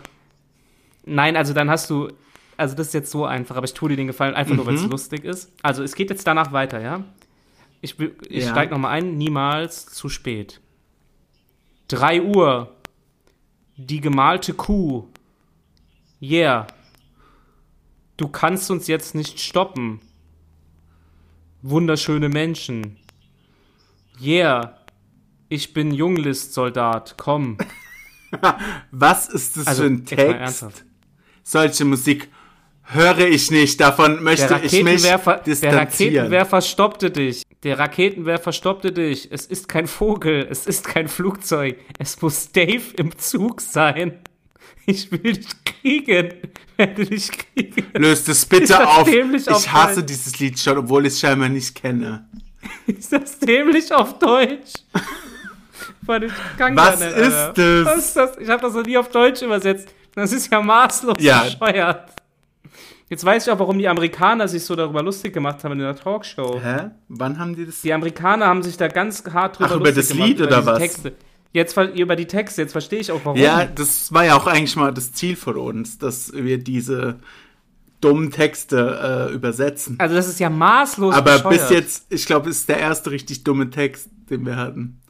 Speaker 2: nein, also dann hast du, also das ist jetzt so einfach, aber ich tue dir den Gefallen, einfach nur, weil
Speaker 1: Mhm.
Speaker 2: es lustig ist. Also es geht jetzt danach weiter, ja? Ich, will- ich
Speaker 1: Ja.
Speaker 2: steig nochmal ein, niemals zu spät. 3 Uhr, die gemalte Kuh. Yeah. Du kannst uns jetzt nicht stoppen. Wunderschöne Menschen. Yeah. Ich bin Junglist-Soldat, komm.
Speaker 1: Was ist das
Speaker 2: Also,
Speaker 1: für ein
Speaker 2: jetzt mal
Speaker 1: Text?
Speaker 2: ernsthaft.
Speaker 1: Solche Musik höre ich nicht. Davon
Speaker 2: Der
Speaker 1: möchte ich mich
Speaker 2: Raketenwerfer, der
Speaker 1: distanzieren.
Speaker 2: Raketenwerfer stoppte dich. Der Raketenwerfer stoppte dich. Es ist kein Vogel, es ist kein Flugzeug. Es muss Dave im Zug sein. Ich will dich kriegen. Werde dich kriegen.
Speaker 1: Löst es
Speaker 2: Ist
Speaker 1: bitte
Speaker 2: das
Speaker 1: auf.
Speaker 2: dämlich
Speaker 1: Ich
Speaker 2: auf
Speaker 1: hasse
Speaker 2: Deutsch?
Speaker 1: dieses Lied schon, obwohl ich es scheinbar nicht kenne.
Speaker 2: Ist das dämlich auf Deutsch? Mann, ich kann
Speaker 1: Was
Speaker 2: gar nicht,
Speaker 1: ist das?
Speaker 2: Alter. Was ist das? Ich habe das noch nie auf Deutsch übersetzt. Das ist ja maßlos
Speaker 1: Ja.
Speaker 2: bescheuert. Jetzt weiß ich auch, warum die Amerikaner sich so darüber lustig gemacht haben in der Talkshow.
Speaker 1: Hä? Wann haben die das?
Speaker 2: Die Amerikaner haben sich da ganz hart drüber
Speaker 1: Ach, über
Speaker 2: lustig
Speaker 1: das
Speaker 2: gemacht,
Speaker 1: Lied
Speaker 2: über
Speaker 1: oder
Speaker 2: diese
Speaker 1: was?
Speaker 2: Texte. Jetzt ver- über die Texte, jetzt verstehe ich auch warum.
Speaker 1: Ja, das war ja auch eigentlich mal das Ziel von uns, dass wir diese dummen Texte äh, übersetzen.
Speaker 2: Also das ist ja maßlos
Speaker 1: Aber bis
Speaker 2: bescheuert.
Speaker 1: jetzt, ich glaube, ist der erste richtig dumme Text, den wir hatten.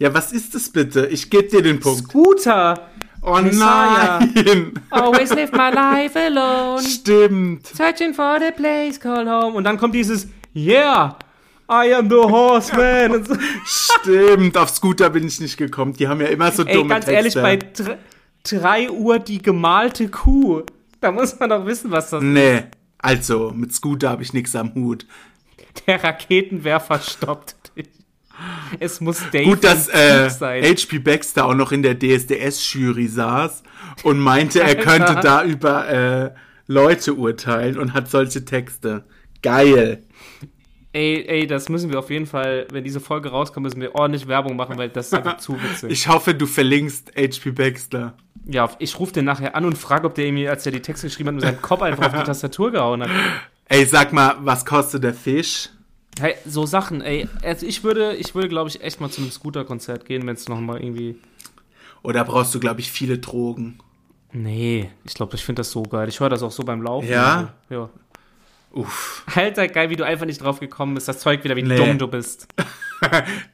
Speaker 1: Ja, was ist das bitte? Ich gebe dir den Punkt.
Speaker 2: Scooter,
Speaker 1: Oh
Speaker 2: Messiah.
Speaker 1: nein!
Speaker 2: always live my life alone,
Speaker 1: Stimmt.
Speaker 2: searching for the place called home. Und dann kommt dieses Yeah, I am the horseman. Und so.
Speaker 1: Stimmt, auf Scooter bin ich nicht gekommen. Die haben ja immer so
Speaker 2: Ey,
Speaker 1: dumme
Speaker 2: ganz
Speaker 1: Texte.
Speaker 2: ehrlich, bei 3 Uhr die gemalte Kuh, da muss man doch wissen, was das
Speaker 1: Nee, also, mit Scooter habe ich nichts am Hut.
Speaker 2: Der Raketenwerfer stoppt dich. Es muss Dave
Speaker 1: Gut, dass
Speaker 2: im Zug
Speaker 1: äh,
Speaker 2: sein.
Speaker 1: H.P. Baxter auch noch in der DSDS-Jury saß und meinte, er
Speaker 2: Alter.
Speaker 1: könnte da über äh, Leute urteilen und hat solche Texte. Geil.
Speaker 2: Ey, ey, das müssen wir auf jeden Fall, wenn diese Folge rauskommt, müssen wir ordentlich Werbung machen, weil das ist einfach zu witzig.
Speaker 1: Ich hoffe, du verlinkst HP Baxter.
Speaker 2: ja, ich rufe den nachher an und frage, ob der irgendwie, als er die Texte geschrieben hat, mit seinem Kopf einfach auf die Tastatur gehauen hat.
Speaker 1: Ey, sag mal, was kostet der Fisch?
Speaker 2: Hey, so Sachen, ey. Also ich würde, ich würde, glaube ich, echt mal zu einem Scooter-Konzert gehen, wenn es nochmal irgendwie.
Speaker 1: Oder brauchst du, glaube ich, viele Drogen?
Speaker 2: Nee, ich glaube, ich finde das so geil. Ich höre das auch so beim Laufen.
Speaker 1: Ja?
Speaker 2: Ja.
Speaker 1: Uff.
Speaker 2: Alter, geil, wie du einfach nicht drauf gekommen bist, das Zeug wieder, wie
Speaker 1: Nee.
Speaker 2: dumm du bist.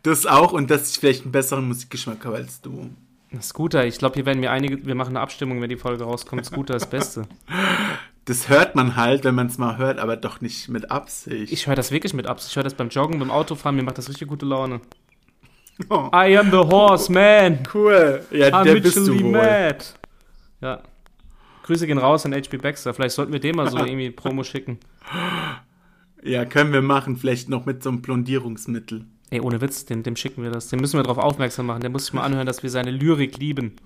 Speaker 1: Das auch und dass ich vielleicht einen besseren Musikgeschmack habe als du.
Speaker 2: Scooter, ich glaube, hier werden wir einige, wir machen eine Abstimmung, wenn die Folge rauskommt. Scooter ist das Beste.
Speaker 1: Das hört man halt, wenn man es mal hört, aber doch nicht mit Absicht.
Speaker 2: Ich höre das wirklich mit ab. Ich höre das beim Joggen, beim Autofahren, mir macht das richtig gute Laune.
Speaker 1: Oh.
Speaker 2: I am the horseman.
Speaker 1: cool. Ja,
Speaker 2: I'm
Speaker 1: der bist
Speaker 2: literally
Speaker 1: du wohl.
Speaker 2: mad. Ja. Grüße gehen raus an HB Baxter. Vielleicht sollten wir dem mal so irgendwie Promo schicken.
Speaker 1: Ja, können wir machen. Vielleicht noch mit so einem Blondierungsmittel.
Speaker 2: Ey, ohne Witz, dem, dem schicken wir das. Dem müssen wir darauf aufmerksam machen. Der muss sich mal anhören, dass wir seine Lyrik lieben.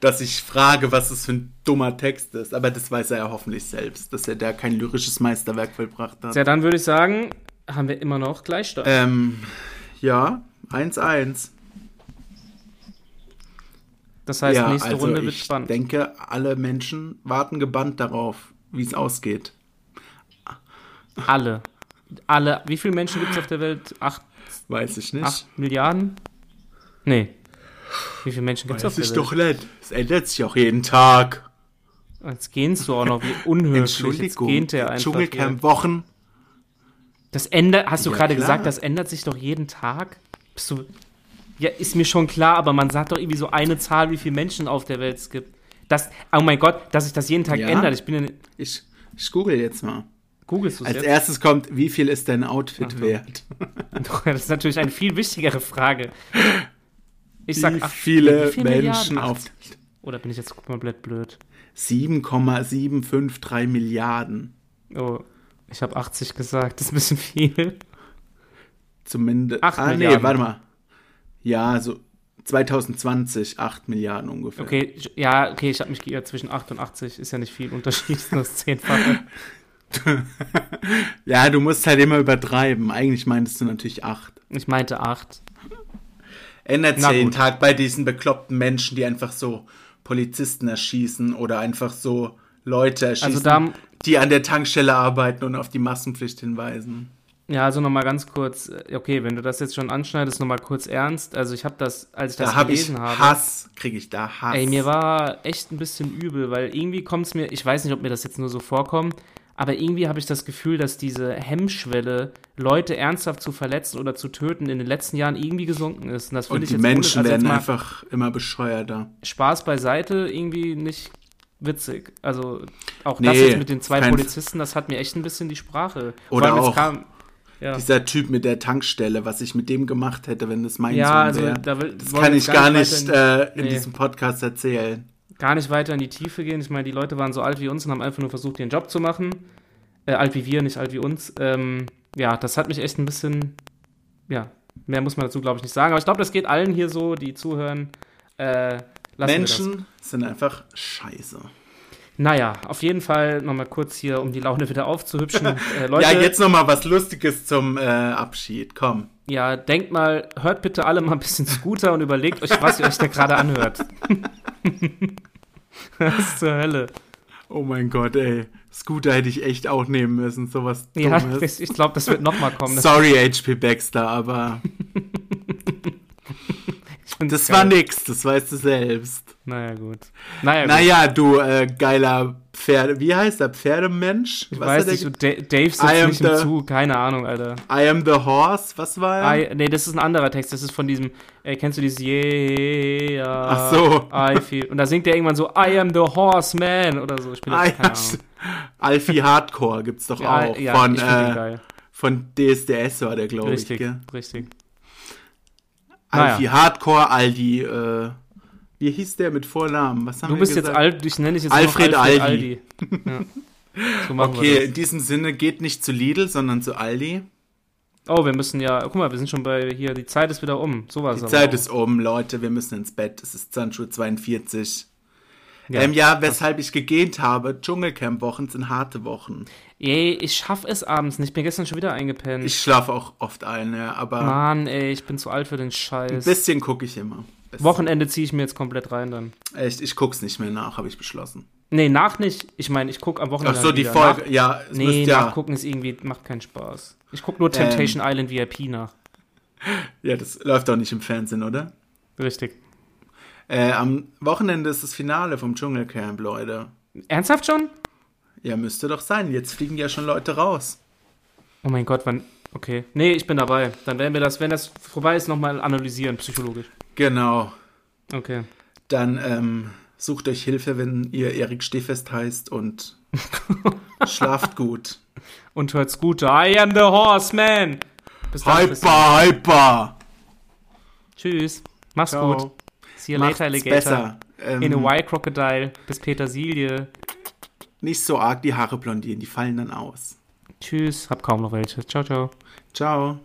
Speaker 1: Dass ich frage, was das für ein dummer Text ist. Aber das weiß er ja hoffentlich selbst, dass er da kein lyrisches Meisterwerk vollbracht hat.
Speaker 2: Ja, dann würde ich sagen, haben wir immer noch Gleichstand.
Speaker 1: Ähm, ja, 1-1.
Speaker 2: das heißt,
Speaker 1: ja,
Speaker 2: nächste
Speaker 1: also
Speaker 2: Runde wird
Speaker 1: ich
Speaker 2: spannend.
Speaker 1: denke, alle Menschen warten gebannt darauf, wie es ausgeht.
Speaker 2: Alle. Alle. Wie viele Menschen gibt es auf der Welt? Acht,
Speaker 1: Weiß ich nicht.
Speaker 2: acht Milliarden? Nee. Wie viele Menschen gibt es auf
Speaker 1: Weiß
Speaker 2: der
Speaker 1: ich
Speaker 2: Welt?
Speaker 1: doch nicht. Es ändert sich auch jeden Tag.
Speaker 2: Jetzt gähnst du auch noch, wie unhöflich. Jetzt
Speaker 1: Entschuldigung.
Speaker 2: gähnt der einfach. hier.
Speaker 1: Dschungelcamp-Wochen.
Speaker 2: Das ändert, hast du
Speaker 1: Ja,
Speaker 2: gerade
Speaker 1: klar.
Speaker 2: gesagt, das ändert sich doch jeden Tag? Bist du, ja, ist mir schon klar, aber man sagt doch irgendwie so eine Zahl, wie viele Menschen auf der Welt es gibt. Das, oh mein Gott, dass sich das jeden Tag
Speaker 1: Ja.
Speaker 2: ändert. Ich bin in,
Speaker 1: Ich, ich google jetzt mal.
Speaker 2: googelst du es
Speaker 1: Als
Speaker 2: jetzt?
Speaker 1: erstes kommt, wie viel ist dein Outfit
Speaker 2: Achtung.
Speaker 1: wert?
Speaker 2: Doch, das ist natürlich eine viel wichtigere Frage. Ich sag,
Speaker 1: wie
Speaker 2: acht,
Speaker 1: viele
Speaker 2: wie viele
Speaker 1: Menschen
Speaker 2: Milliarden? Acht.
Speaker 1: auf
Speaker 2: Oder bin ich jetzt komplett blöd?
Speaker 1: 7,753 Milliarden.
Speaker 2: Oh, ich habe 80 gesagt, das ist ein bisschen viel.
Speaker 1: Zumindest.
Speaker 2: Acht
Speaker 1: ah,
Speaker 2: Milliarden.
Speaker 1: nee, warte mal. Ja, so 2020 8 Milliarden ungefähr.
Speaker 2: Okay, ich- ja, okay, ich habe mich geirrt. Zwischen 8 und 80 ist ja nicht viel Unterschied, das ist nur das Zehnfache.
Speaker 1: Ja, du musst halt immer übertreiben. Eigentlich meintest du natürlich 8.
Speaker 2: Ich meinte 8.
Speaker 1: Ändert sich
Speaker 2: Na
Speaker 1: ja jeden
Speaker 2: gut.
Speaker 1: Tag bei diesen bekloppten Menschen, die einfach so Polizisten erschießen oder einfach so Leute erschießen,
Speaker 2: Also da-
Speaker 1: die an der Tankstelle arbeiten und auf die Massenpflicht hinweisen.
Speaker 2: Ja, also nochmal ganz kurz, äh, okay, wenn du das jetzt schon anschneidest, nochmal kurz ernst. Also ich habe das, als ich das
Speaker 1: Da habe ich
Speaker 2: gelesen habe.
Speaker 1: Hass, kriege ich da Hass.
Speaker 2: Ey, mir war echt ein bisschen übel, weil irgendwie kommt es mir, ich weiß nicht, ob mir das jetzt nur so vorkommt, aber irgendwie habe ich das Gefühl, dass diese Hemmschwelle, Leute ernsthaft zu verletzen oder zu töten, in den letzten Jahren irgendwie gesunken ist. Und das finde
Speaker 1: und
Speaker 2: ich
Speaker 1: die
Speaker 2: jetzt ohne-
Speaker 1: Menschen
Speaker 2: also jetzt
Speaker 1: werden
Speaker 2: mal
Speaker 1: einfach immer bescheuerter.
Speaker 2: Spaß beiseite, irgendwie nicht witzig. Also auch das
Speaker 1: Nee,
Speaker 2: jetzt mit den zwei
Speaker 1: kein-
Speaker 2: Polizisten, das hat mir echt ein bisschen die Sprache. Vor
Speaker 1: Oder
Speaker 2: allem, es
Speaker 1: auch
Speaker 2: kam- ja.
Speaker 1: Dieser Typ mit der Tankstelle, was ich mit dem gemacht hätte, wenn das mein
Speaker 2: Ja, also
Speaker 1: Sohn wäre.
Speaker 2: da will,
Speaker 1: das
Speaker 2: wollen
Speaker 1: kann
Speaker 2: wir
Speaker 1: ich
Speaker 2: jetzt
Speaker 1: gar nicht
Speaker 2: weiter
Speaker 1: äh, in
Speaker 2: nee.
Speaker 1: diesem Podcast erzählen.
Speaker 2: in, gar nicht weiter in die Tiefe gehen. Ich meine, die Leute waren so alt wie uns und haben einfach nur versucht, ihren Job zu machen. Äh, alt wie wir, nicht alt wie uns. Ähm, ja, das hat mich echt ein bisschen, ja, mehr muss man dazu, glaube ich, nicht sagen. Aber ich glaube, das geht allen hier so, die zuhören. Äh, lassen Wir das.
Speaker 1: Menschen sind einfach scheiße.
Speaker 2: Naja, auf jeden Fall nochmal kurz hier, um die Laune wieder aufzuhübschen. äh, Leute,
Speaker 1: ja, jetzt noch mal was Lustiges zum äh, Abschied. Komm.
Speaker 2: Ja, denkt mal, hört bitte alle mal ein bisschen Scooter und überlegt euch, was ihr euch da gerade anhört. was zur Hölle?
Speaker 1: Oh mein Gott, ey. Scooter hätte ich echt auch nehmen müssen. Sowas
Speaker 2: Ja,
Speaker 1: Dummes.
Speaker 2: das, ich glaube, das wird nochmal kommen. Das
Speaker 1: Sorry, HP Baxter, aber
Speaker 2: find's
Speaker 1: das
Speaker 2: geil.
Speaker 1: war nix. Das weißt du selbst.
Speaker 2: Naja, gut. Naja, gut.
Speaker 1: Naja, du äh, geiler Pferde. Wie heißt der Pferdemensch?
Speaker 2: ich
Speaker 1: Was
Speaker 2: weiß
Speaker 1: hat
Speaker 2: nicht,
Speaker 1: er
Speaker 2: und Da- Dave sitzt
Speaker 1: I am
Speaker 2: nicht im
Speaker 1: the-
Speaker 2: Zug, keine Ahnung, Alter.
Speaker 1: ge- I am the horse. Was war er?
Speaker 2: I, nee, das ist ein anderer Text, das ist von diesem, äh, kennst du dieses Yeah,
Speaker 1: Ach so.
Speaker 2: I feel, und da singt er irgendwann so, I am the horseman oder so, ich bin jetzt, keine Ahnung.
Speaker 1: Alfie Hardcore gibt's doch
Speaker 2: Ja,
Speaker 1: auch.
Speaker 2: ja,
Speaker 1: Oh, von,
Speaker 2: ich find den
Speaker 1: äh,
Speaker 2: geil.
Speaker 1: von DSDS war der, glaube ich.
Speaker 2: Richtig,
Speaker 1: Gell?
Speaker 2: richtig. Naja.
Speaker 1: Alfie Hardcore, all die. Äh, wie hieß der mit Vornamen? Was haben
Speaker 2: Du
Speaker 1: wir
Speaker 2: bist jetzt
Speaker 1: gesagt?
Speaker 2: alt, ich nenne dich jetzt nur noch
Speaker 1: Alfred
Speaker 2: Alfred
Speaker 1: Aldi.
Speaker 2: Aldi. Ja. So machen
Speaker 1: Okay,
Speaker 2: wir
Speaker 1: in diesem Sinne geht nicht zu Lidl, sondern zu Aldi.
Speaker 2: das. Oh, wir müssen ja, guck mal, wir sind schon bei hier, die Zeit ist wieder um. Sowas
Speaker 1: Die Zeit ist um, Leute. Wir müssen ins Bett. Es ist Sandschuh 42. Ja, ähm, ja weshalb ich gegähnt habe, Dschungelcamp-Wochen sind harte Wochen.
Speaker 2: Ey, ich schaffe es abends nicht. Bin gestern schon wieder eingepennt.
Speaker 1: Ich schlafe auch oft ein, ja, aber
Speaker 2: Mann, ey, ich bin zu alt für den
Speaker 1: ein
Speaker 2: Scheiß.
Speaker 1: bisschen gucke ich immer. Bisschen.
Speaker 2: Wochenende ziehe ich mir jetzt komplett rein dann.
Speaker 1: Echt, ich guck's nicht mehr nach, habe ich beschlossen.
Speaker 2: Nee, nach nicht. Ich meine, ich gucke am
Speaker 1: Ach
Speaker 2: Wochenende.
Speaker 1: so,
Speaker 2: halt
Speaker 1: die
Speaker 2: wieder.
Speaker 1: Folge,
Speaker 2: Nach,
Speaker 1: ja, es
Speaker 2: nee,
Speaker 1: müsst ja, Ähm.
Speaker 2: nachgucken ist irgendwie, macht keinen Spaß. Ich gucke nur Temptation Island VIP nach.
Speaker 1: ja, das läuft doch nicht im Fernsehen, oder?
Speaker 2: Richtig.
Speaker 1: Äh, am Wochenende ist das Finale vom Dschungelcamp, Leute.
Speaker 2: Ernsthaft schon?
Speaker 1: Ja, müsste doch sein. Jetzt fliegen ja schon Leute raus.
Speaker 2: Oh mein Gott, wann. Okay. Nee, ich bin dabei. Dann werden wir das, wenn das vorbei ist, nochmal analysieren, psychologisch.
Speaker 1: Genau.
Speaker 2: Okay.
Speaker 1: Dann ähm, sucht euch Hilfe, wenn ihr Erik Stehfest heißt und schlaft gut.
Speaker 2: Und hört's gut. I am the Horseman. Bis dann. Tristan.
Speaker 1: Hyper, hyper.
Speaker 2: Tschüss. Mach's
Speaker 1: Ciao.
Speaker 2: gut. See you
Speaker 1: Macht's
Speaker 2: later, Alligator.
Speaker 1: besser. Ähm,
Speaker 2: In a Wild Crocodile. Bis Petersilie.
Speaker 1: nicht so arg die Haare blondieren, die fallen dann aus.
Speaker 2: Tschüss. Hab kaum noch welche. Ciao, ciao.
Speaker 1: Ciao.